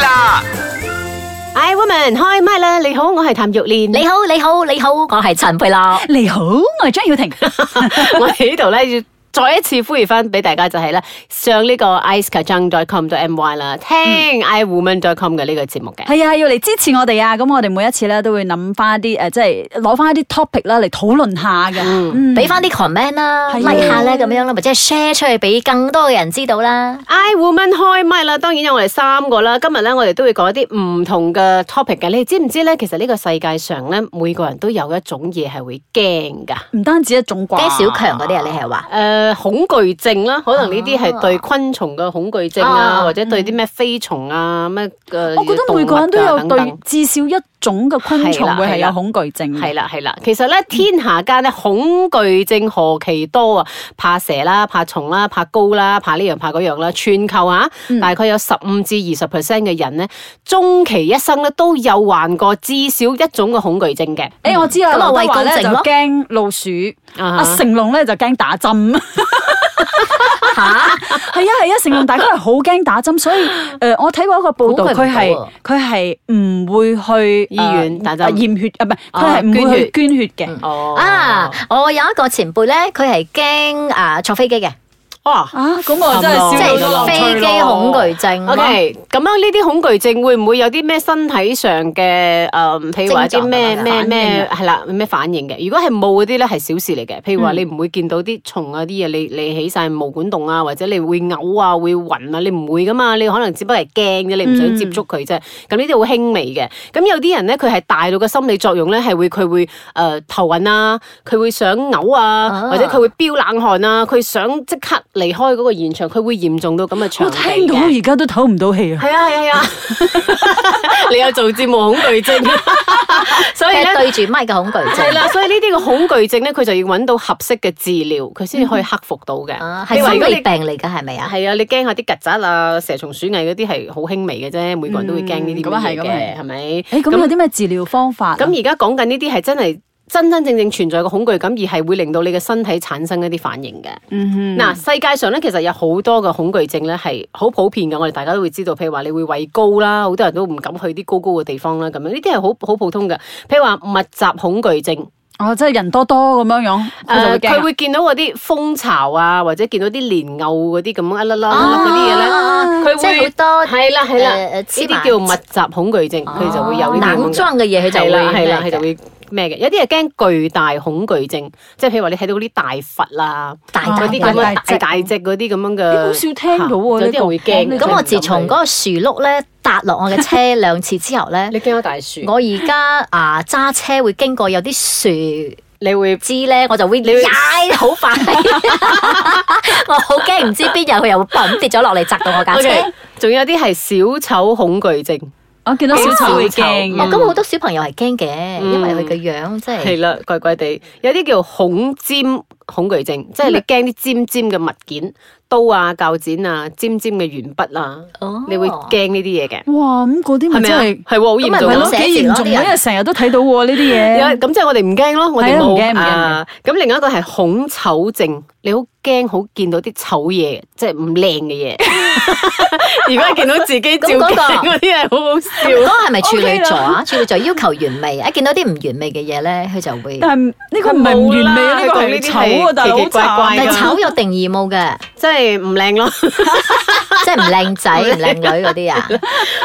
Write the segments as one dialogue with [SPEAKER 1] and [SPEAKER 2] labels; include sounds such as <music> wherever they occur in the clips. [SPEAKER 1] 啦。
[SPEAKER 2] I woman 開唛啦！你好，我係譚玉蓮。
[SPEAKER 3] 你好，你好，你好，我係陳佩樂。
[SPEAKER 4] 你好，我係張曉婷。
[SPEAKER 2] <laughs> 我哋呢度咧要再一次呼籲翻俾大家就係咧，上呢個 icekajang.com.my 啦，聽 iwoman.com 嘅呢個節目嘅。
[SPEAKER 4] 係啊，要嚟支持我哋啊！咁我哋每一次咧都會諗翻啲呃誒，即係攞翻一啲 topic 啦嚟討論下嘅。嗯
[SPEAKER 3] 俾翻啲 comment 啦
[SPEAKER 4] 係啊
[SPEAKER 3] ，like 下啦，咁樣啦，或者 share 出去俾更多嘅人知道啦。
[SPEAKER 2] I Woman 開麥啦，當然有我哋三個啦。今日咧，我哋都會講一啲唔同嘅 topic 嘅。你知唔知咧？其實呢個世界上咧，每個人都有一種嘢係會驚㗎。
[SPEAKER 4] 唔單止一種啩，
[SPEAKER 3] 驚小強嗰啲啊，你係話
[SPEAKER 2] 誒、恐懼症啦，可能呢啲係對昆蟲嘅恐懼症啊，
[SPEAKER 3] 啊
[SPEAKER 2] 或者對啲咩飛蟲啊咩嘅
[SPEAKER 4] 我覺得每個人都有對至少一種嘅昆
[SPEAKER 2] 係啦
[SPEAKER 4] 蟲會係
[SPEAKER 2] 係啦
[SPEAKER 4] 有恐懼症嘅。
[SPEAKER 2] 係啦係啦，其實咧天下間咧恐懼症何其多啊！怕蛇啦，怕蟲啦，怕高啦，怕呢樣怕嗰樣啦，全球啊，大概有十五至二十 percent 嘅人咧，終其一生咧都有患過至少一種嘅恐懼症嘅。
[SPEAKER 4] 誒、我知啦，
[SPEAKER 3] 咁啊
[SPEAKER 4] 劉德華
[SPEAKER 3] 畏高
[SPEAKER 4] 咧就
[SPEAKER 3] 症咯
[SPEAKER 4] 驚老鼠，
[SPEAKER 2] 啊
[SPEAKER 4] 阿成龍咧就驚打針。 <laughs>
[SPEAKER 3] 吓，
[SPEAKER 4] 係啊係啊，成龍大哥係好驚打針，所以誒、呃我睇過一個報道，
[SPEAKER 3] 估佢唔
[SPEAKER 4] 佢係
[SPEAKER 3] 到啊
[SPEAKER 4] 佢係唔會去
[SPEAKER 2] 醫院打針
[SPEAKER 4] 呃驗血啊，唔係
[SPEAKER 2] 啊
[SPEAKER 4] 佢係唔會去捐血嘅。
[SPEAKER 2] 哦
[SPEAKER 3] 啊，我有一個前輩咧，佢係驚啊坐飛機嘅，
[SPEAKER 2] 啊
[SPEAKER 4] 啊，咁我真係
[SPEAKER 3] 即
[SPEAKER 4] 少咗個
[SPEAKER 3] 係
[SPEAKER 4] 樂趣
[SPEAKER 3] 飛機
[SPEAKER 4] 咯
[SPEAKER 3] 恐懼症咯。
[SPEAKER 2] OK，咁樣呢啲恐懼症會唔會有啲咩身體上嘅誒、嗯譬如話啲咩咩
[SPEAKER 3] 症狀啊
[SPEAKER 4] 反應
[SPEAKER 2] 咩
[SPEAKER 4] 啊
[SPEAKER 2] 係啦，咩反應嘅？如果係冇嗰啲咧係小事嚟嘅，譬如
[SPEAKER 3] 嗯
[SPEAKER 2] 話你唔會見到啲蟲啊啲嘢，你你起晒毛管戙啊，或者你會嘔啊會暈啊，你唔會噶嘛，你可能只不過係驚啫，你唔
[SPEAKER 3] 嗯
[SPEAKER 2] 想接觸佢啫。咁呢啲好輕微嘅。咁有啲人咧佢係大到嘅心理作用咧係會佢會誒、呃、頭暈啊，佢會想嘔啊，
[SPEAKER 3] 啊
[SPEAKER 2] 或者佢會飆冷汗啊，佢想即刻離開嗰個現場，佢會嚴重到咁嘅
[SPEAKER 4] 我
[SPEAKER 2] 場地
[SPEAKER 4] 聽到
[SPEAKER 2] 嘅
[SPEAKER 4] 而家都唞唔到氣啊！
[SPEAKER 2] 係啊係啊係啊！ <laughs> 你有做節目恐懼 <laughs> 症，所以
[SPEAKER 3] 即係
[SPEAKER 2] 咧。
[SPEAKER 3] 對住咪嘅恐懼
[SPEAKER 2] 係
[SPEAKER 3] 症。
[SPEAKER 2] 啦，所以呢啲嘅恐懼症咧，佢就要揾到合適嘅治療，佢先至可以克服到嘅
[SPEAKER 3] 啊，。係
[SPEAKER 2] 你話如
[SPEAKER 3] 心
[SPEAKER 2] 果
[SPEAKER 3] 理
[SPEAKER 2] 你
[SPEAKER 3] 病嚟㗎，係咪啊？
[SPEAKER 2] 係啊，你驚下啲曱甴啊、蛇蟲鼠蟻嗰啲係好輕微嘅啫，每個人都會驚呢啲
[SPEAKER 4] 嗯咁啊
[SPEAKER 2] 咁
[SPEAKER 4] 係
[SPEAKER 2] 嘢
[SPEAKER 4] 咁啊
[SPEAKER 2] 嘅，
[SPEAKER 4] 係
[SPEAKER 2] 係咪？
[SPEAKER 4] 誒，咁有啲咩治療方法啊？
[SPEAKER 2] 咁而家講緊呢啲係真係真真正正存在嘅恐懼感，而係會令到你嘅身體產生一啲反應嘅。
[SPEAKER 4] 嗯
[SPEAKER 2] 嗱，世界上咧其實有好多嘅恐懼症咧係好普遍嘅，我哋大家都會知道，譬如話你會畏高啦，好多人都唔敢去啲高高嘅地方啦，咁樣呢啲係好好普通嘅。譬如話密集恐懼症，
[SPEAKER 4] 哼，哦，即係人多多咁樣
[SPEAKER 2] 誒
[SPEAKER 4] 樣，佢就會
[SPEAKER 2] 呃佢
[SPEAKER 4] 驚啊。
[SPEAKER 2] 會見到嗰啲蜂巢啊，或者見到啲蓮藕嗰啲咁樣一粒粒一粒嗰啲嘢咧，佢會
[SPEAKER 3] 即係啊好多
[SPEAKER 2] 係啦係啦，
[SPEAKER 3] 誒誒
[SPEAKER 2] 呢
[SPEAKER 3] 黐
[SPEAKER 2] 啲
[SPEAKER 3] 埋
[SPEAKER 2] 叫密集恐懼症，佢就會有呢啲咁
[SPEAKER 3] 冷
[SPEAKER 2] 嘅
[SPEAKER 3] 裝嘅嘢，佢就
[SPEAKER 2] 係
[SPEAKER 3] 會
[SPEAKER 2] 啦係啦，佢
[SPEAKER 3] 咩
[SPEAKER 2] 就
[SPEAKER 3] 嘅
[SPEAKER 2] 會咩嘅？有啲係驚巨大恐懼症，即係譬如話你睇到嗰啲大佛啦。
[SPEAKER 3] 大
[SPEAKER 4] 啊
[SPEAKER 2] 嗰
[SPEAKER 3] 隻
[SPEAKER 2] 啲
[SPEAKER 4] 大
[SPEAKER 2] 咁樣
[SPEAKER 4] 大
[SPEAKER 2] 大
[SPEAKER 4] 隻
[SPEAKER 2] 大隻嗰啲咁樣嘅，
[SPEAKER 4] 咦好少聽到喎
[SPEAKER 2] 嚇有
[SPEAKER 4] 呢
[SPEAKER 2] 啲人
[SPEAKER 4] 個
[SPEAKER 2] 會驚。
[SPEAKER 4] 呢
[SPEAKER 3] 咁我自從
[SPEAKER 2] 從
[SPEAKER 3] 嗰個樹碌咧搭落我嘅車 <laughs> 兩次之後咧，
[SPEAKER 2] 你驚咗大樹，
[SPEAKER 3] 我而家啊揸車會經過有啲樹
[SPEAKER 2] 你會
[SPEAKER 3] 枝咧，我就會
[SPEAKER 2] 你會
[SPEAKER 3] 踩好 <laughs> 快，我好驚唔知邊日佢又會砰跌咗落嚟砸到我架車。
[SPEAKER 2] OK，仲 <laughs> 有啲係小丑恐懼症，
[SPEAKER 4] 我啊見到小丑會驚啊
[SPEAKER 3] 哦，
[SPEAKER 4] 嘅，
[SPEAKER 3] 咁好多小朋友係驚嘅，因為佢嘅樣即嗯係
[SPEAKER 2] 係啦，怪怪地，有啲叫恐尖恐懼症，即係你驚啲尖尖嘅物件，刀啊、鉸剪啊、尖尖嘅鉛筆啊，
[SPEAKER 3] 哦
[SPEAKER 2] 你會驚呢啲嘢嘅，
[SPEAKER 4] 哇！咁嗰啲
[SPEAKER 2] 係
[SPEAKER 4] 咪
[SPEAKER 2] 咪
[SPEAKER 4] 真
[SPEAKER 2] 啊？
[SPEAKER 4] 係
[SPEAKER 2] 係喎，好嚴重
[SPEAKER 3] 咁咪
[SPEAKER 2] 啊
[SPEAKER 4] 係
[SPEAKER 3] 冇
[SPEAKER 4] 咯，
[SPEAKER 3] 寫
[SPEAKER 4] 幾
[SPEAKER 3] 字
[SPEAKER 4] 嚴重
[SPEAKER 3] 嗰啲人
[SPEAKER 4] 喎，因為成日都睇到喎呢啲
[SPEAKER 2] 有
[SPEAKER 3] 嗯
[SPEAKER 4] 嘢。
[SPEAKER 2] 咁即係我哋唔驚咯，我哋
[SPEAKER 4] 係啊唔
[SPEAKER 2] 冇
[SPEAKER 4] 驚唔驚
[SPEAKER 2] 啊。咁另一個係恐醜症，你好驚好見到啲醜嘢，即係唔靚嘅
[SPEAKER 3] <laughs>
[SPEAKER 2] 嘢。如果係見到自己照鏡
[SPEAKER 3] 咁嗰個
[SPEAKER 2] 嗰啲係好好
[SPEAKER 3] 嗰
[SPEAKER 2] 笑。
[SPEAKER 3] 個係咪處女座
[SPEAKER 4] OK
[SPEAKER 3] 啊？處女座要求完美，一見到啲唔完美嘅嘢咧，佢就 <laughs> 會。
[SPEAKER 4] 但係呢個唔係唔完美啊，呢個係醜啊，大佬好
[SPEAKER 2] 係
[SPEAKER 3] 但
[SPEAKER 2] 啊
[SPEAKER 3] 係
[SPEAKER 4] 慘。
[SPEAKER 3] 醜有定義冇 <laughs> 嘅，
[SPEAKER 2] 即係唔靚咯。
[SPEAKER 3] 即係唔靚仔、 <laughs> 唔靚女嗰啲 <laughs> 啊。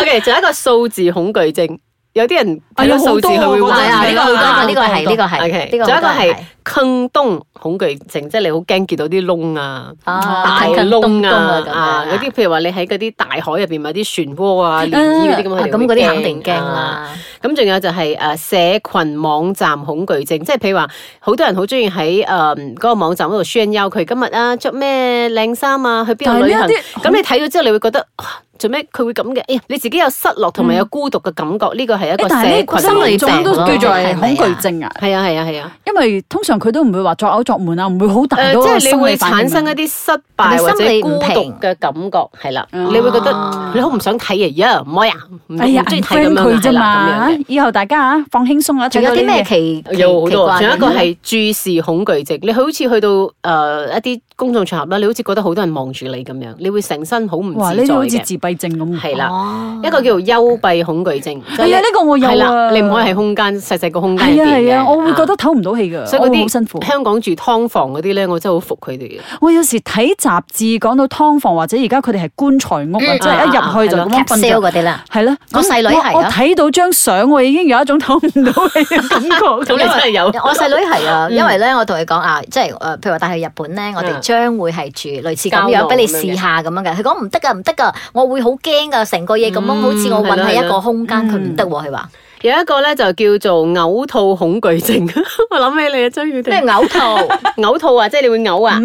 [SPEAKER 2] OK，仲有一個數字恐懼症，有啲人
[SPEAKER 3] 啊
[SPEAKER 2] 睇到
[SPEAKER 4] 哎呀
[SPEAKER 2] 數字
[SPEAKER 4] 好
[SPEAKER 2] 佢
[SPEAKER 4] 多
[SPEAKER 2] 會
[SPEAKER 4] 我覺
[SPEAKER 2] 暈
[SPEAKER 3] 係
[SPEAKER 4] 得
[SPEAKER 3] 啊，呢個
[SPEAKER 4] 好多
[SPEAKER 3] 好多，呢個係呢個
[SPEAKER 2] O K，仲有
[SPEAKER 3] 係呢
[SPEAKER 2] 一
[SPEAKER 3] 個好
[SPEAKER 2] 個
[SPEAKER 3] 多人
[SPEAKER 2] 係坑東恐懼症，即係你好驚見到啲窿啊。
[SPEAKER 3] 啊
[SPEAKER 2] 大
[SPEAKER 3] 坑坑
[SPEAKER 2] 窿
[SPEAKER 3] 洞洞
[SPEAKER 2] 啊
[SPEAKER 3] 咁樣
[SPEAKER 2] 啊！嗰啲譬如話你喺嗰啲大海入邊咪有啲漩渦啊、漣漪嗰啲咁，
[SPEAKER 3] 啊
[SPEAKER 2] 佢哋
[SPEAKER 3] 咁嗰
[SPEAKER 2] 會
[SPEAKER 3] 啲肯定驚
[SPEAKER 2] 啊
[SPEAKER 3] 啦。
[SPEAKER 2] 咁仲有就係誒社群網站恐懼症，即係譬如話，好多人好中意喺誒嗰個網站嗰度 share 佢今日啊着咩靚衫啊，去邊
[SPEAKER 4] 但係
[SPEAKER 2] 度
[SPEAKER 4] 呢
[SPEAKER 2] 旅行
[SPEAKER 4] 一啲，
[SPEAKER 2] 咁你睇咗之後，你會覺得。哇做咩佢會咁嘅？哎呀你自己有失落同埋有孤獨嘅感覺，呢個係一個
[SPEAKER 4] 誒但係呢個
[SPEAKER 2] 社群哦
[SPEAKER 4] 心
[SPEAKER 3] 病
[SPEAKER 4] 理種都
[SPEAKER 3] 咯
[SPEAKER 4] 叫做
[SPEAKER 3] 係咪
[SPEAKER 4] 係
[SPEAKER 3] 啊
[SPEAKER 4] 恐懼症啊，
[SPEAKER 2] 係啊係啊係啊，
[SPEAKER 4] 因為通常常佢都唔會話作嘔作悶啊，唔會好大
[SPEAKER 2] 誒
[SPEAKER 4] 嗰個
[SPEAKER 2] 呃即係你
[SPEAKER 4] 心理
[SPEAKER 2] 會
[SPEAKER 4] 反應
[SPEAKER 2] 產
[SPEAKER 4] 啊
[SPEAKER 2] 生一啲失敗或者
[SPEAKER 3] 心理
[SPEAKER 2] 孤
[SPEAKER 3] 唔平
[SPEAKER 2] 獨嘅感覺，係啦，
[SPEAKER 4] 哦
[SPEAKER 2] 你會覺得你好唔想睇啊，而家唔可以啊，唔唔
[SPEAKER 4] 哎呀，
[SPEAKER 2] 中意睇咁樣
[SPEAKER 4] friend 佢
[SPEAKER 2] 啊係
[SPEAKER 4] 啫
[SPEAKER 2] 啦
[SPEAKER 4] 嘛
[SPEAKER 2] 咁樣，
[SPEAKER 4] 以後大家啊放輕鬆啊，
[SPEAKER 3] 仲有啲咩奇
[SPEAKER 2] 嘅。有好多，
[SPEAKER 3] 奇
[SPEAKER 2] 仲有
[SPEAKER 3] 奇怪
[SPEAKER 2] 一個
[SPEAKER 3] 嘅
[SPEAKER 2] 係注視恐懼症。你好似去到誒、呃一啲公眾場合啦，你好似覺得好多人望住你咁樣，你會成身好唔
[SPEAKER 4] 哇，呢
[SPEAKER 2] 自在
[SPEAKER 4] 啲好似
[SPEAKER 2] 嘅。
[SPEAKER 4] 自閉症咁。
[SPEAKER 2] 係
[SPEAKER 3] Ờ.
[SPEAKER 2] 啦，
[SPEAKER 3] 哦
[SPEAKER 2] 一個叫做幽閉恐懼症。就係
[SPEAKER 4] 係啊，呢個我有
[SPEAKER 2] 係
[SPEAKER 4] 啊
[SPEAKER 2] 啦，，你唔可以喺空間細細個空間
[SPEAKER 4] 係
[SPEAKER 2] 入
[SPEAKER 4] 啊
[SPEAKER 2] 邊
[SPEAKER 4] 係
[SPEAKER 2] 嘅啊
[SPEAKER 4] 啊，我會覺得唞唔到氣噶，
[SPEAKER 2] 所以
[SPEAKER 4] 我
[SPEAKER 2] 嗰
[SPEAKER 4] 會好
[SPEAKER 2] 啲
[SPEAKER 4] 辛苦。
[SPEAKER 2] 香港住劏房嗰啲咧，我真係好服佢哋嘅。
[SPEAKER 4] 我有時睇雜誌講到劏房或者而家佢哋係棺材屋啊，
[SPEAKER 3] 嗯
[SPEAKER 4] 即係一入去就咁樣
[SPEAKER 3] cap
[SPEAKER 4] 瞓
[SPEAKER 3] sale
[SPEAKER 4] 覺。
[SPEAKER 3] 嗰啲啦，
[SPEAKER 4] 係啦，
[SPEAKER 3] 我
[SPEAKER 4] 咁
[SPEAKER 3] 細女係啊
[SPEAKER 4] 我我睇到張相，我已經有一種唞唔到氣嘅感
[SPEAKER 2] <laughs>
[SPEAKER 4] 覺。
[SPEAKER 2] 咁你真係有。
[SPEAKER 3] 我細女係啊，因為咧我同佢講啊，即係誒，譬如話帶去日本咧，我哋將會係住類似咁
[SPEAKER 2] 膠
[SPEAKER 3] 樣，
[SPEAKER 2] 囊
[SPEAKER 3] 俾你試下咁樣嘅。佢講唔得噶，唔得噶，我會好驚噶，成個嘢咁樣，
[SPEAKER 2] 嗯
[SPEAKER 3] 好似我困喺一個空間，
[SPEAKER 4] 係啦
[SPEAKER 3] 佢唔得喎。佢話
[SPEAKER 2] 有一個咧就叫做嘔吐恐懼
[SPEAKER 4] <laughs>
[SPEAKER 2] 症，我諗起你啊，張雨婷
[SPEAKER 3] 咩。嘔 <laughs> 吐？
[SPEAKER 2] 嘔吐啊，即係你會嘔啊，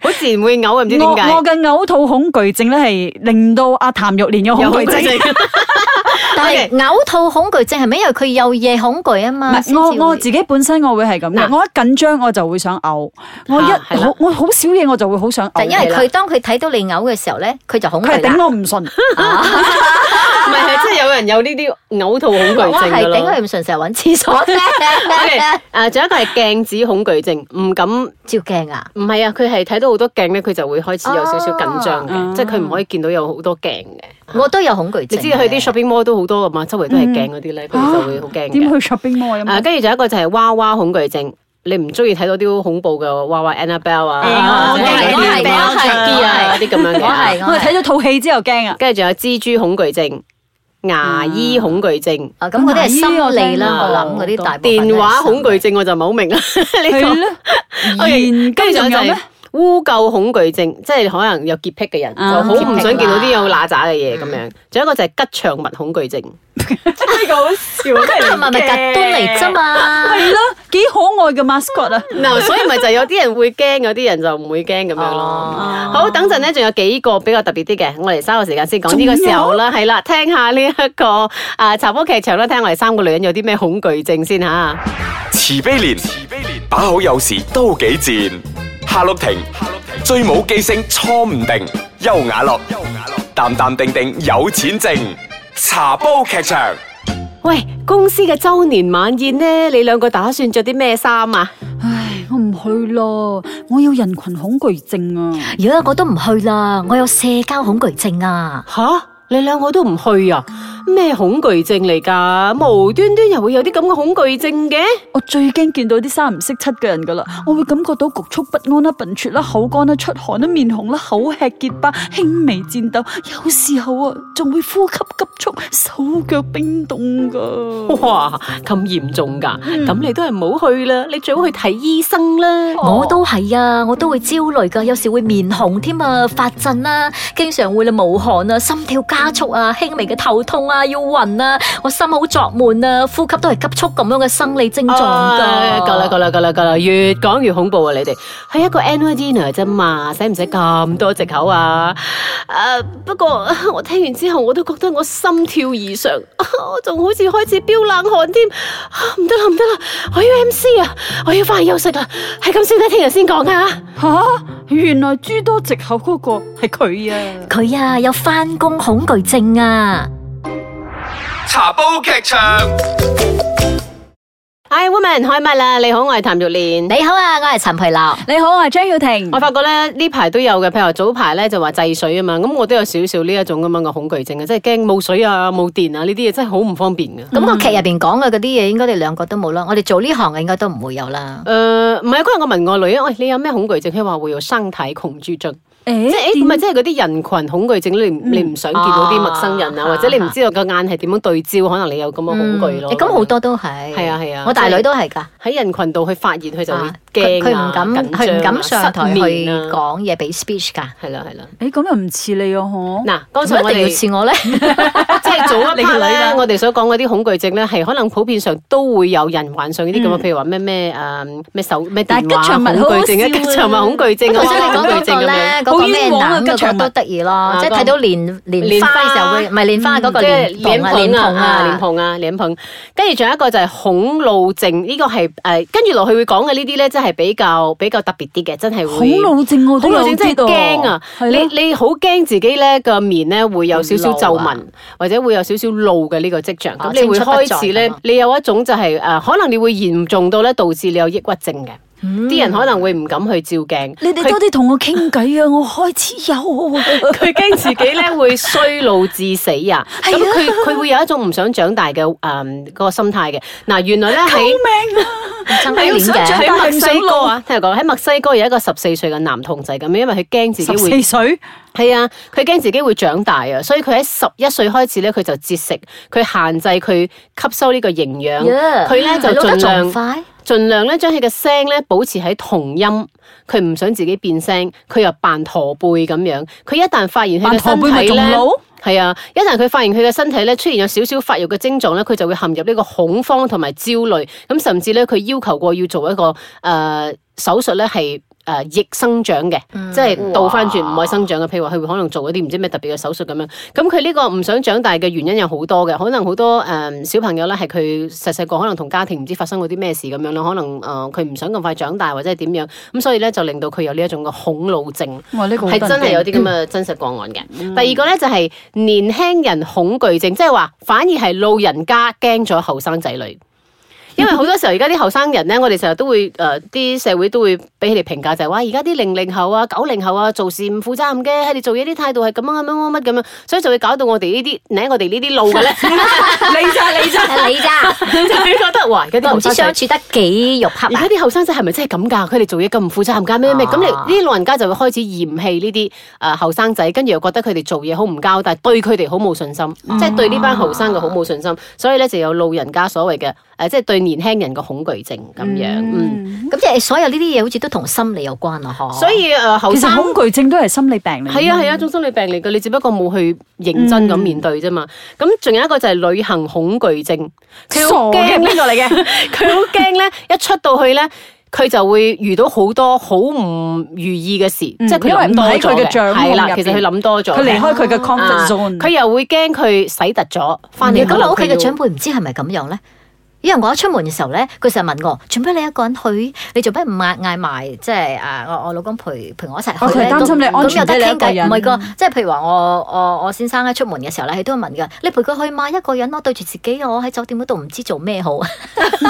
[SPEAKER 2] 好自然會嘔啊，唔知
[SPEAKER 4] 我
[SPEAKER 2] 點解
[SPEAKER 4] 我。嘅嘔吐恐懼症咧，係令到阿譚玉蓮有恐懼症。
[SPEAKER 3] 但係嘔吐恐懼症係咪因為佢有夜恐懼啊
[SPEAKER 4] 唔
[SPEAKER 3] 嘛？
[SPEAKER 4] 係我我自己本身我會係咁嘅，
[SPEAKER 2] 嗱
[SPEAKER 4] 我一緊張我就會想嘔，我一
[SPEAKER 2] 啊係啦
[SPEAKER 4] 好我好少嘢我就會好想
[SPEAKER 3] 但
[SPEAKER 4] 嘔
[SPEAKER 3] 因。為佢當佢睇到你嘔嘅時候咧，佢就恐
[SPEAKER 4] 佢係
[SPEAKER 3] 懼
[SPEAKER 4] 頂
[SPEAKER 3] 啦。
[SPEAKER 4] 我唔順，
[SPEAKER 3] Ờ.
[SPEAKER 2] 唔係，係真係有人有呢啲嘔吐恐
[SPEAKER 3] 我
[SPEAKER 2] 懼症
[SPEAKER 3] 係
[SPEAKER 2] 㗎
[SPEAKER 3] 頂
[SPEAKER 2] 咯。
[SPEAKER 3] 佢唔順，成日揾廁所啫。 <laughs>
[SPEAKER 2] OK，啊，仲有一個係鏡子恐懼症，唔敢，唔
[SPEAKER 3] 照鏡啊！
[SPEAKER 2] 係啊，佢係睇到好多鏡咧，佢就會開始有少少緊張
[SPEAKER 4] 哦
[SPEAKER 2] 嘅，即係佢唔可以見到有好多鏡嘅。
[SPEAKER 3] 我都有恐懼
[SPEAKER 2] 你
[SPEAKER 3] 症嘅。
[SPEAKER 2] 知去啲 shopping mall 都好多噶嘛，周圍都係鏡嗰啲咧，佢哋就會好驚
[SPEAKER 4] 點去
[SPEAKER 2] 嘅。
[SPEAKER 4] shopping mall 啊
[SPEAKER 2] 啊，跟住仲有一個就係娃娃恐懼症，你唔中意睇到啲好恐怖嘅娃娃 Annabelle 啊，或
[SPEAKER 4] 我
[SPEAKER 2] 者
[SPEAKER 4] 係
[SPEAKER 2] 係
[SPEAKER 4] 我係
[SPEAKER 2] Annabelle
[SPEAKER 3] 我係
[SPEAKER 2] Chucky 啊嗰啲咁樣嘅。
[SPEAKER 3] 我係
[SPEAKER 4] 我係睇咗套戲之後驚啊！
[SPEAKER 2] 跟住仲有蜘蛛恐懼症、牙醫恐懼症、
[SPEAKER 3] 啊，咁嗰啲係心理啦，
[SPEAKER 4] 咁
[SPEAKER 3] 我
[SPEAKER 4] 牙醫
[SPEAKER 3] 諗
[SPEAKER 4] 我
[SPEAKER 3] 嗰
[SPEAKER 4] 聽
[SPEAKER 3] 啲
[SPEAKER 4] 過
[SPEAKER 3] 大部分
[SPEAKER 2] 電話
[SPEAKER 3] 都係心理
[SPEAKER 2] 恐懼症，我就唔係好明啦。 <laughs> 呢
[SPEAKER 4] 係
[SPEAKER 2] 個
[SPEAKER 4] 咯，
[SPEAKER 2] OK，跟
[SPEAKER 4] 現今
[SPEAKER 2] 住仲
[SPEAKER 4] 仲有
[SPEAKER 2] 有就
[SPEAKER 4] 咩
[SPEAKER 2] 係？污垢恐懼症，即係可能有潔癖嘅人就
[SPEAKER 4] 啊
[SPEAKER 2] 好唔想見到啲有邋遢嘅嘢咁
[SPEAKER 3] 潔癖
[SPEAKER 2] 樣。仲有一個就係吉祥物恐懼症，呢個好笑，吉
[SPEAKER 3] 係咪咪格端嚟啫嘛？
[SPEAKER 4] 係咯，幾可愛嘅 mascot 啊！
[SPEAKER 2] 嗱， <laughs> 所以咪就有啲人會驚，有啲人就唔會驚咁樣咯。
[SPEAKER 3] 哦
[SPEAKER 2] 好，等陣咧，仲有幾個比較特別啲嘅，我哋稍後時間先講呢個時候啦，係啦，聽下呢、一個啊茶煲劇場啦，聽我哋三個女人有啲咩恐懼症先吓。
[SPEAKER 1] 慈悲蓮，慈悲蓮，把好有時都幾賤。夏綠庭，夏綠庭，最冇記性錯唔定。優雅樂，優雅樂，淡淡定定有錢剩。茶煲劇場，
[SPEAKER 2] 喂，公司嘅周年晚宴呢，你兩個打算着啲咩衫啊？
[SPEAKER 4] 唉，我唔去咯，我有人群恐懼症啊！
[SPEAKER 3] 如果我都唔去啦，我有社交恐懼症啊！
[SPEAKER 2] 吓，你兩個都唔去啊？咩恐懼症嚟噶？無端端又會有啲咁嘅恐懼症嘅？
[SPEAKER 4] 我最驚見到啲三唔識七嘅人噶啦，我會感覺到局促不安啦、笨拙啦、口乾啊啦、出汗啦、面紅啦、口吃結巴、輕微戰抖，有時候啊仲會呼吸急促、手腳冰凍噶。
[SPEAKER 2] 哇，咁嚴重噶？咁你都係唔好去啦，你最好去睇醫生啦。
[SPEAKER 3] 我都係啊，我都會焦慮噶，有時會面紅添啊，發震啦、經常會冒汗啊，心跳加速啊，輕微嘅頭痛啊，要暈啊，我心好作悶啊，呼吸都係急促咁樣嘅生理症狀
[SPEAKER 2] 唉
[SPEAKER 3] 噶。
[SPEAKER 2] 夠啦夠啦夠啦夠啦，越講越恐怖啊！你哋係一個 annual dinner 啫嘛，使唔使咁多藉口啊？誒、不 <laughs> 過我聽完之後，我都覺得我心跳異 <laughs> 常，我仲好似開始飆冷汗添。啊唔得啦唔得啦，我要 MC 啊，我要翻去休息啦，係咁先啦，聽日先講啊。
[SPEAKER 4] 吓、原來諸多藉口嗰個係佢啊！
[SPEAKER 3] 佢啊有翻工恐懼症啊！
[SPEAKER 1] 茶煲劇場。
[SPEAKER 2] Hi woman，開麥啦！你好，我係譚玉蓮。
[SPEAKER 3] 你好啊，我係陳培樂。
[SPEAKER 4] 你好，我係張耀婷
[SPEAKER 2] 我。發覺咧呢排都有嘅，譬如話早排咧就話制水啊嘛，咁我都有少少呢一種咁樣嘅恐懼症嘅，即係驚冇水啊、冇電啊呢啲嘢真係好唔方便嘅。
[SPEAKER 3] 咁個劇入邊講嘅嗰啲嘢，應該你兩個都冇啦。我哋做呢行嘅應該都唔會有啦。
[SPEAKER 2] 誒唔係嗰日我問我女啊，喂你有咩恐懼症？佢話會有身體恐懼症，
[SPEAKER 4] 誒
[SPEAKER 2] 即係誒唔係即係嗰啲人群恐懼症，你唔你唔想見到啲陌生人啊，
[SPEAKER 3] 啊
[SPEAKER 2] 或者你唔知道個眼係點樣對焦，可能你有咁嘅恐懼咯。
[SPEAKER 3] 嗯咁好多都係。
[SPEAKER 2] 係啊係啊
[SPEAKER 3] 我大女都係㗎。
[SPEAKER 2] 喺人群度去發現佢就會
[SPEAKER 3] 啊佢佢
[SPEAKER 2] 驚
[SPEAKER 3] 唔
[SPEAKER 2] 啊
[SPEAKER 3] 敢，
[SPEAKER 2] 緊張啊
[SPEAKER 3] 佢唔敢上台去
[SPEAKER 2] 失眠啊
[SPEAKER 3] 講嘢俾 speech 㗎。
[SPEAKER 2] 係啦係啦。
[SPEAKER 4] 誒咁又唔似你啊，嗬？
[SPEAKER 2] 嗱，剛才
[SPEAKER 3] 咁
[SPEAKER 2] 我
[SPEAKER 3] <laughs> 一定要
[SPEAKER 2] 哋
[SPEAKER 3] 似我咧，
[SPEAKER 2] 即係早一
[SPEAKER 3] <laughs> 你個
[SPEAKER 2] part
[SPEAKER 3] 女啦
[SPEAKER 2] 咧，我哋所講嗰啲恐懼症咧，係可能普遍上都會有人患上呢啲咁嘅，譬如話咩咩誒咩手咩
[SPEAKER 4] 但係
[SPEAKER 2] 電
[SPEAKER 4] 吉
[SPEAKER 2] 話
[SPEAKER 4] 祥物
[SPEAKER 2] 恐
[SPEAKER 4] 好好
[SPEAKER 2] 懼症啊，
[SPEAKER 4] 笑啊
[SPEAKER 2] 吉祥物恐懼症啊，
[SPEAKER 3] 頭先
[SPEAKER 2] 恐懼症咁樣，，
[SPEAKER 3] 你 <laughs> 講嗰個咧嗰個咩
[SPEAKER 4] 冤枉啊
[SPEAKER 3] 男
[SPEAKER 4] 吉
[SPEAKER 3] 嗰
[SPEAKER 4] 祥
[SPEAKER 3] 個
[SPEAKER 4] 物
[SPEAKER 3] 都得意咯
[SPEAKER 2] 啊，
[SPEAKER 3] 即係睇到蓮蓮花嘅時候會，唔係蓮花嗰個
[SPEAKER 2] 嗯即係
[SPEAKER 3] 蓮蓬啊，蓮蓬
[SPEAKER 2] 臉
[SPEAKER 3] 啊，
[SPEAKER 2] 蓬啊，臉蓬。跟住仲有一個就係恐怒症，呢個係誒跟住落去會講嘅呢啲咧，真係比較比較特別啲嘅，真係會
[SPEAKER 4] 恐。怒症我都
[SPEAKER 2] 恐
[SPEAKER 4] 有
[SPEAKER 2] 怒症真
[SPEAKER 4] 啲
[SPEAKER 2] 係驚啊！
[SPEAKER 4] 係咯
[SPEAKER 2] 你你好驚自己咧個面咧會有少少皺
[SPEAKER 3] 會
[SPEAKER 2] 紋
[SPEAKER 3] 露，
[SPEAKER 2] 或者會有少少露嘅呢個跡象。咁
[SPEAKER 3] 啊
[SPEAKER 2] 你會
[SPEAKER 3] 青春不在
[SPEAKER 2] 開始咧
[SPEAKER 3] 咁啊，
[SPEAKER 2] 你有一種就係誒，可能你會嚴重到咧導致你有抑鬱症嘅。
[SPEAKER 3] 嗯
[SPEAKER 2] 啲人可能會唔敢去照鏡。
[SPEAKER 4] 你哋
[SPEAKER 2] 佢
[SPEAKER 4] 多啲同我傾偈啊！我開始有啊。
[SPEAKER 2] 佢驚自己咧會衰老致死啊！咁佢佢會有一種唔想長大嘅誒嗰個心態嘅。嗱，原來咧喺
[SPEAKER 4] 啊
[SPEAKER 2] 喺喺墨西哥啊，聽人
[SPEAKER 3] 生面嘅。
[SPEAKER 4] 係
[SPEAKER 2] 講喺墨西哥有一個十四歲嘅男童就係咁樣，因為佢驚自己
[SPEAKER 4] 十
[SPEAKER 2] 會
[SPEAKER 4] 四歲，
[SPEAKER 2] 係啊，佢驚自己會長大啊，所以佢喺十一歲開始咧，佢就節食，佢限制佢吸收呢個營養，
[SPEAKER 3] Yeah，
[SPEAKER 2] 佢咧就
[SPEAKER 3] 老得
[SPEAKER 2] 盡
[SPEAKER 3] 仲
[SPEAKER 2] 量
[SPEAKER 3] 快，
[SPEAKER 2] 盡量咧將佢嘅聲咧保持喺同音，佢唔想自己變聲，佢又扮駝背咁樣，佢一旦發現佢
[SPEAKER 4] 扮
[SPEAKER 2] 嘅
[SPEAKER 4] 駝
[SPEAKER 2] 身
[SPEAKER 4] 背咪
[SPEAKER 2] 體
[SPEAKER 4] 仲
[SPEAKER 2] 咧。
[SPEAKER 4] 老。
[SPEAKER 2] 係啊，一旦佢發現佢嘅身體咧出現有少少發育嘅症狀咧，佢就會陷入呢個恐慌同埋焦慮，咁甚至咧佢要求過要做一個誒、呃手術咧係。誒逆生長嘅，即係倒翻轉唔可以生長嘅，譬如話佢會可能做一啲唔知咩特別嘅手術咁樣。咁佢呢個唔想長大嘅原因有好多嘅，可能好多誒、呃小朋友咧係佢細細個可能同家庭唔知發生過啲咩事咁樣啦，可能誒佢唔想咁快長大或者係點樣，咁所以咧就令到佢有呢一種嘅恐怒症。
[SPEAKER 4] 哇！呢個
[SPEAKER 2] 係真係有啲咁
[SPEAKER 4] <clears throat>
[SPEAKER 2] 嘅真實個案嘅。
[SPEAKER 4] 嗯
[SPEAKER 2] 第二個咧就係年輕人恐懼症，即係話反而係老人家驚咗後生仔女。因為好多時候而家啲後生人咧，我哋成日都會誒啲、社會都會俾佢哋評價就係、哇，而家啲零零後啊、九零後啊，做事唔負責任嘅，佢哋做嘢啲態度係咁樣咁樣乜咁樣，所以就會搞到我哋呢啲，咧我哋呢 <laughs> 啲老
[SPEAKER 4] <laughs>
[SPEAKER 2] 嘅咧，
[SPEAKER 4] 你咋你咋？
[SPEAKER 3] 係你咋？ <laughs>
[SPEAKER 2] 就會覺得哇，而家啲
[SPEAKER 3] 都唔
[SPEAKER 2] 後
[SPEAKER 3] 知
[SPEAKER 2] 生仔
[SPEAKER 3] 相處得幾肉黑
[SPEAKER 2] 而家
[SPEAKER 3] 啊！
[SPEAKER 2] 啲後生仔係咪真係咁㗎？佢哋做嘢咁唔負責任㗎咩咩？
[SPEAKER 3] 啊
[SPEAKER 2] 咁你呢啲老人家就會開始嫌棄呢啲誒後生仔，跟住又覺得佢哋做嘢好唔交代，對佢哋好冇信心，即係對呢班後生嘅好冇信心，所以咧就有老人家所謂嘅誒，即係對年輕人嘅恐懼症咁樣。嗯，
[SPEAKER 3] 咁即係所有呢啲嘢，好似都同心理有關啊！嗬。
[SPEAKER 2] 所以誒後
[SPEAKER 4] 其實恐
[SPEAKER 2] 生。
[SPEAKER 4] 懼症都係心理病嚟。
[SPEAKER 2] 係啊係啊，一種心理病嚟嘅，你只不過冇去認真咁面對啫嘛。咁仲有一個就係旅行恐懼症，佢好
[SPEAKER 4] 傻嘅
[SPEAKER 2] 驚
[SPEAKER 4] 邊個嚟嘅？
[SPEAKER 2] 佢好驚咧，一出到去咧。佢就會遇到好多好唔如意嘅事，
[SPEAKER 4] 嗯
[SPEAKER 2] 即係佢
[SPEAKER 4] 因為
[SPEAKER 2] 諗
[SPEAKER 4] 唔
[SPEAKER 2] 多
[SPEAKER 4] 喺
[SPEAKER 2] 咗
[SPEAKER 4] 佢嘅掌控
[SPEAKER 2] 係啦
[SPEAKER 4] 入，
[SPEAKER 2] 其實
[SPEAKER 4] 邊
[SPEAKER 2] 佢諗多咗嘅。
[SPEAKER 4] 佢離開佢嘅 comfort
[SPEAKER 2] 啊
[SPEAKER 4] zone。嗯
[SPEAKER 2] 佢又會驚佢洗突咗，翻嚟
[SPEAKER 3] 咁我屋企嘅長
[SPEAKER 2] 長
[SPEAKER 3] 輩唔知係咪咁樣咧？因為我一出門嘅時候咧，佢成日問我：做咩你一個人去？你做咩唔嗌嗌埋？即係啊，我我老公陪陪我一齊
[SPEAKER 4] 哦
[SPEAKER 3] 去
[SPEAKER 4] 佢係
[SPEAKER 3] 咧。
[SPEAKER 4] 擔心你安
[SPEAKER 3] 咁
[SPEAKER 4] 全
[SPEAKER 3] 有得
[SPEAKER 4] 啫你一
[SPEAKER 3] 傾
[SPEAKER 4] 個
[SPEAKER 3] 偈，
[SPEAKER 4] 人
[SPEAKER 3] 唔係個，即係譬如話我我我先生咧出門嘅時候咧，佢都會問㗎：你陪佢去嘛？一個人我對住自己，我喺酒店嗰度唔知做咩
[SPEAKER 4] <laughs>
[SPEAKER 3] 好。 <laughs>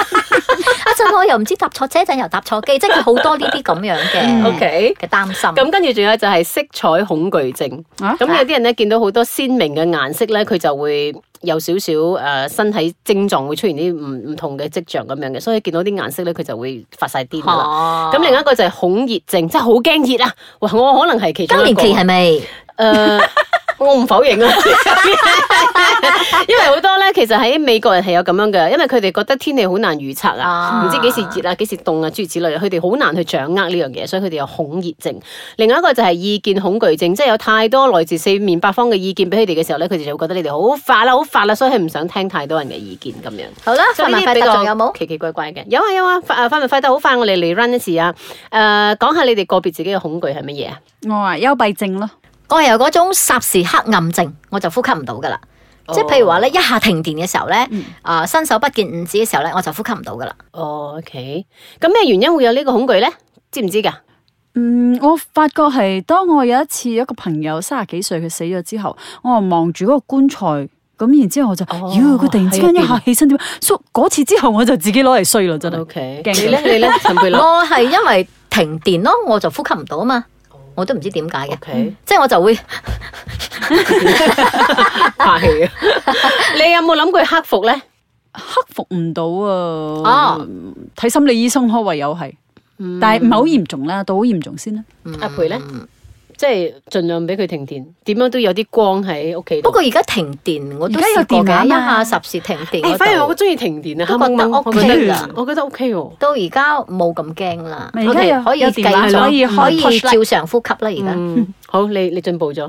[SPEAKER 3] 一陣我又唔知搭錯車，一陣又搭錯機，即係佢好多呢啲咁樣嘅
[SPEAKER 2] OK。
[SPEAKER 3] 嘅擔心。
[SPEAKER 2] 嗯咁跟住仲有就係色彩恐懼症。
[SPEAKER 4] 啊
[SPEAKER 2] 咁有啲人咧見到好多鮮明嘅顏色咧，佢就會有少少誒身體症狀會出現啲唔唔同嘅跡象咁樣嘅，所以見到啲顏色咧佢就會發晒癲噶啦。
[SPEAKER 3] 哦
[SPEAKER 2] 咁另一個就係恐熱症，即係好驚熱啊！哇，我可能係其中
[SPEAKER 3] 更
[SPEAKER 2] 一
[SPEAKER 3] 年
[SPEAKER 2] 個
[SPEAKER 3] 期係咪？
[SPEAKER 2] 誒、
[SPEAKER 3] <laughs>
[SPEAKER 2] 我唔否認啊， <laughs> 因為好多咧，其實喺美國人係有咁樣嘅，因為佢哋覺得天氣好難預測啊，
[SPEAKER 3] 啊
[SPEAKER 2] 唔知幾時熱啊，幾時凍啊，諸如此類，佢哋好難去掌握呢樣嘢，所以佢哋有恐熱症。另外一個就係意見恐懼症，即係有太多來自四面八方嘅意見俾佢哋嘅時候咧，佢哋就會覺得你哋好煩啦，啊好煩啦，所以佢唔想聽太多人嘅意見咁樣。
[SPEAKER 3] 好啦，
[SPEAKER 2] 所
[SPEAKER 3] 快
[SPEAKER 2] 以呢啲
[SPEAKER 3] 問快
[SPEAKER 2] 比
[SPEAKER 3] 答
[SPEAKER 2] 較
[SPEAKER 3] 仲有冇？
[SPEAKER 2] 奇奇怪怪嘅？有啊有啊，快啊快問快答好快，我哋嚟 run 一次啊！誒、講下你哋個別自己嘅恐懼係乜嘢啊？
[SPEAKER 4] 我話幽閉症咯，
[SPEAKER 3] 我係有嗰種霎時黑暗症，我就呼吸唔到噶啦。
[SPEAKER 4] 哦
[SPEAKER 3] 即係譬如話咧，一下停電嘅時候咧，啊、
[SPEAKER 4] 嗯
[SPEAKER 3] 伸手不見五指嘅時候咧，我就呼吸唔到噶啦。
[SPEAKER 2] 哦，OK，咁咩原因會有呢個恐懼咧？知唔知㗎？
[SPEAKER 4] 嗯，我發覺係當我有一次一個朋友三十幾歲佢死咗之後，我又望住嗰個棺材，咁然之後我就，
[SPEAKER 2] 哦啊
[SPEAKER 4] 妖佢突然之間一下起身點？所以嗰次之後我就自己攞嚟衰啦，真係
[SPEAKER 2] O。K，
[SPEAKER 4] 驚
[SPEAKER 2] 你咧
[SPEAKER 3] 啊
[SPEAKER 2] 你咧陳佩
[SPEAKER 3] <laughs>
[SPEAKER 2] 樂
[SPEAKER 3] 我係因為停電咯，我就呼吸唔到啊嘛，
[SPEAKER 4] 哦
[SPEAKER 3] 我都唔知點解嘅
[SPEAKER 2] ，O，K，
[SPEAKER 3] 即係我就會
[SPEAKER 2] 拍
[SPEAKER 3] <laughs>
[SPEAKER 2] 戲啊！你有冇諗過去克服咧？
[SPEAKER 4] 克服唔到啊！
[SPEAKER 3] 哦
[SPEAKER 4] 睇心理醫生咯，唯有係，但係唔係好嚴重啦，到好嚴重先啦。
[SPEAKER 2] 阿培咧，即係盡量俾佢停電，點樣都有啲光喺屋企度。
[SPEAKER 3] 不過而家停電我都
[SPEAKER 4] 而家有
[SPEAKER 3] 試過
[SPEAKER 4] 電話啊
[SPEAKER 3] 嘅，一
[SPEAKER 4] 嘛
[SPEAKER 3] 下霎時停電
[SPEAKER 2] 誒，
[SPEAKER 3] 嗰
[SPEAKER 2] 反而我
[SPEAKER 3] 度，
[SPEAKER 2] 中意停電啊，
[SPEAKER 3] 都覺
[SPEAKER 2] 黑
[SPEAKER 3] 得
[SPEAKER 2] 掹掹我
[SPEAKER 3] OK
[SPEAKER 2] 覺得
[SPEAKER 3] 㗎
[SPEAKER 2] 我覺得 O K 喎。
[SPEAKER 3] 到而家冇咁驚啦。
[SPEAKER 4] 咪而家
[SPEAKER 2] OK，
[SPEAKER 4] 有
[SPEAKER 3] 可以
[SPEAKER 4] 有
[SPEAKER 3] 繼
[SPEAKER 4] 電話
[SPEAKER 3] 續
[SPEAKER 4] 可以
[SPEAKER 3] 可
[SPEAKER 4] 開 push
[SPEAKER 3] 以
[SPEAKER 4] light
[SPEAKER 3] 照常呼吸啦，而家。
[SPEAKER 2] 嗯，好，你你進步咗。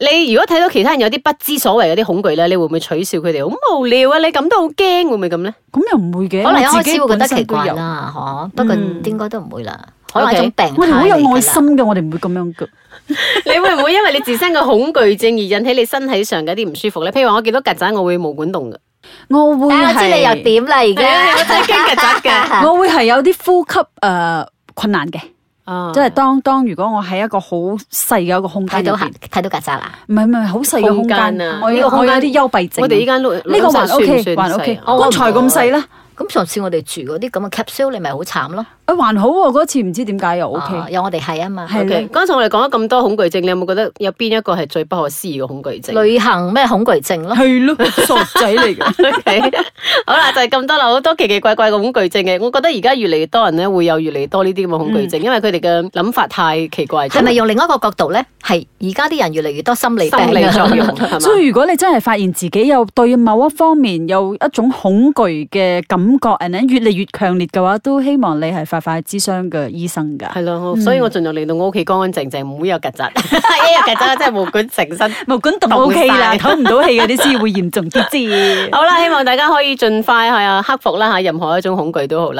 [SPEAKER 2] 你如果睇到其他人有啲不知所謂、有啲恐懼咧，你會唔會取笑佢哋？好無聊啊！你咁都好驚，會唔會咁咧？
[SPEAKER 4] 咁又唔會嘅，
[SPEAKER 3] 可能一
[SPEAKER 4] 我
[SPEAKER 3] 開
[SPEAKER 4] 自己
[SPEAKER 3] 始會覺得
[SPEAKER 4] 本身
[SPEAKER 3] 奇
[SPEAKER 4] 都
[SPEAKER 3] 怪
[SPEAKER 4] 有。
[SPEAKER 3] 啦，嗬，不過
[SPEAKER 4] 嗯
[SPEAKER 3] 應該都唔會啦，可能係一
[SPEAKER 2] OK，
[SPEAKER 3] 種病
[SPEAKER 4] 我哋好
[SPEAKER 3] 態嚟
[SPEAKER 4] 有
[SPEAKER 3] 㗎
[SPEAKER 4] 愛
[SPEAKER 3] 啦
[SPEAKER 4] 心嘅，我哋唔會咁樣嘅。
[SPEAKER 2] 你會唔會因為你自身嘅恐懼症而引起你身體上嘅一啲唔舒服咧？譬如話我見到曱甴，我會毛管動嘅。
[SPEAKER 4] 我會
[SPEAKER 3] 啊我知你又
[SPEAKER 4] 係，
[SPEAKER 3] 點啦，而
[SPEAKER 2] 係啊，你
[SPEAKER 3] 家
[SPEAKER 2] 真係驚曱甴㗎。
[SPEAKER 4] 我會係有啲呼吸誒困難嘅，
[SPEAKER 2] 啊
[SPEAKER 4] 即係當當如果我喺一個好細嘅一個空間
[SPEAKER 3] 睇到
[SPEAKER 4] 入邊
[SPEAKER 3] 曱，睇到曱甴啦。
[SPEAKER 4] 唔係唔係好細嘅空
[SPEAKER 2] 空
[SPEAKER 4] 間
[SPEAKER 2] 間啊
[SPEAKER 4] 我
[SPEAKER 2] 呢個
[SPEAKER 4] 有
[SPEAKER 2] 空
[SPEAKER 4] 我
[SPEAKER 2] 間
[SPEAKER 4] 有啲幽閉症。
[SPEAKER 2] 我哋依家呢
[SPEAKER 4] 呢個還 OK，還 OK，棺材咁細啦，
[SPEAKER 3] 咁上次我哋住嗰啲咁嘅 capsule，你咪好慘咯。
[SPEAKER 4] 誒還好喎，嗰次唔知點解又 OK
[SPEAKER 3] 啊。有我哋係啊嘛。
[SPEAKER 4] 係啦
[SPEAKER 2] OK，剛才我哋講咗咁多恐懼症，你有冇覺得有邊一個係最不可思議嘅恐懼症
[SPEAKER 3] 旅行咩恐懼症咯。
[SPEAKER 4] 係咯，傻仔嚟嘅。
[SPEAKER 2] ？OK，好啦，就係咁多啦，好多奇奇怪怪嘅恐懼症嘅。我覺得而家越嚟越多人咧會有越嚟越多呢啲咁嘅恐懼症，因為佢哋嘅諗法太奇怪咗。
[SPEAKER 3] 嗯
[SPEAKER 2] <laughs>
[SPEAKER 3] 係咪用另一個角度咧？係而家啲人越嚟越多心理病
[SPEAKER 2] 心理作用
[SPEAKER 3] <laughs> 啊。
[SPEAKER 2] 係嘛
[SPEAKER 4] 所？以如果你真係發現自己有對某一方面有一種恐懼嘅感覺，and then 越嚟越強烈嘅話，都希望你係快快諮商嘅醫生㗎。
[SPEAKER 2] 係
[SPEAKER 3] 嗯
[SPEAKER 2] 咯，我所以我盡量令到我屋企乾乾淨淨，唔會有曱
[SPEAKER 3] <laughs>
[SPEAKER 2] 甴。一有曱甴真係無管成身。
[SPEAKER 4] 毛管戙
[SPEAKER 2] 動
[SPEAKER 4] OK 啦，
[SPEAKER 2] 晒
[SPEAKER 4] 唞唔到氣嗰啲先會嚴重啲啫。
[SPEAKER 2] <laughs> 好啦，希望大家可以盡快係啊克服啦嚇，任何一種恐懼都好啦。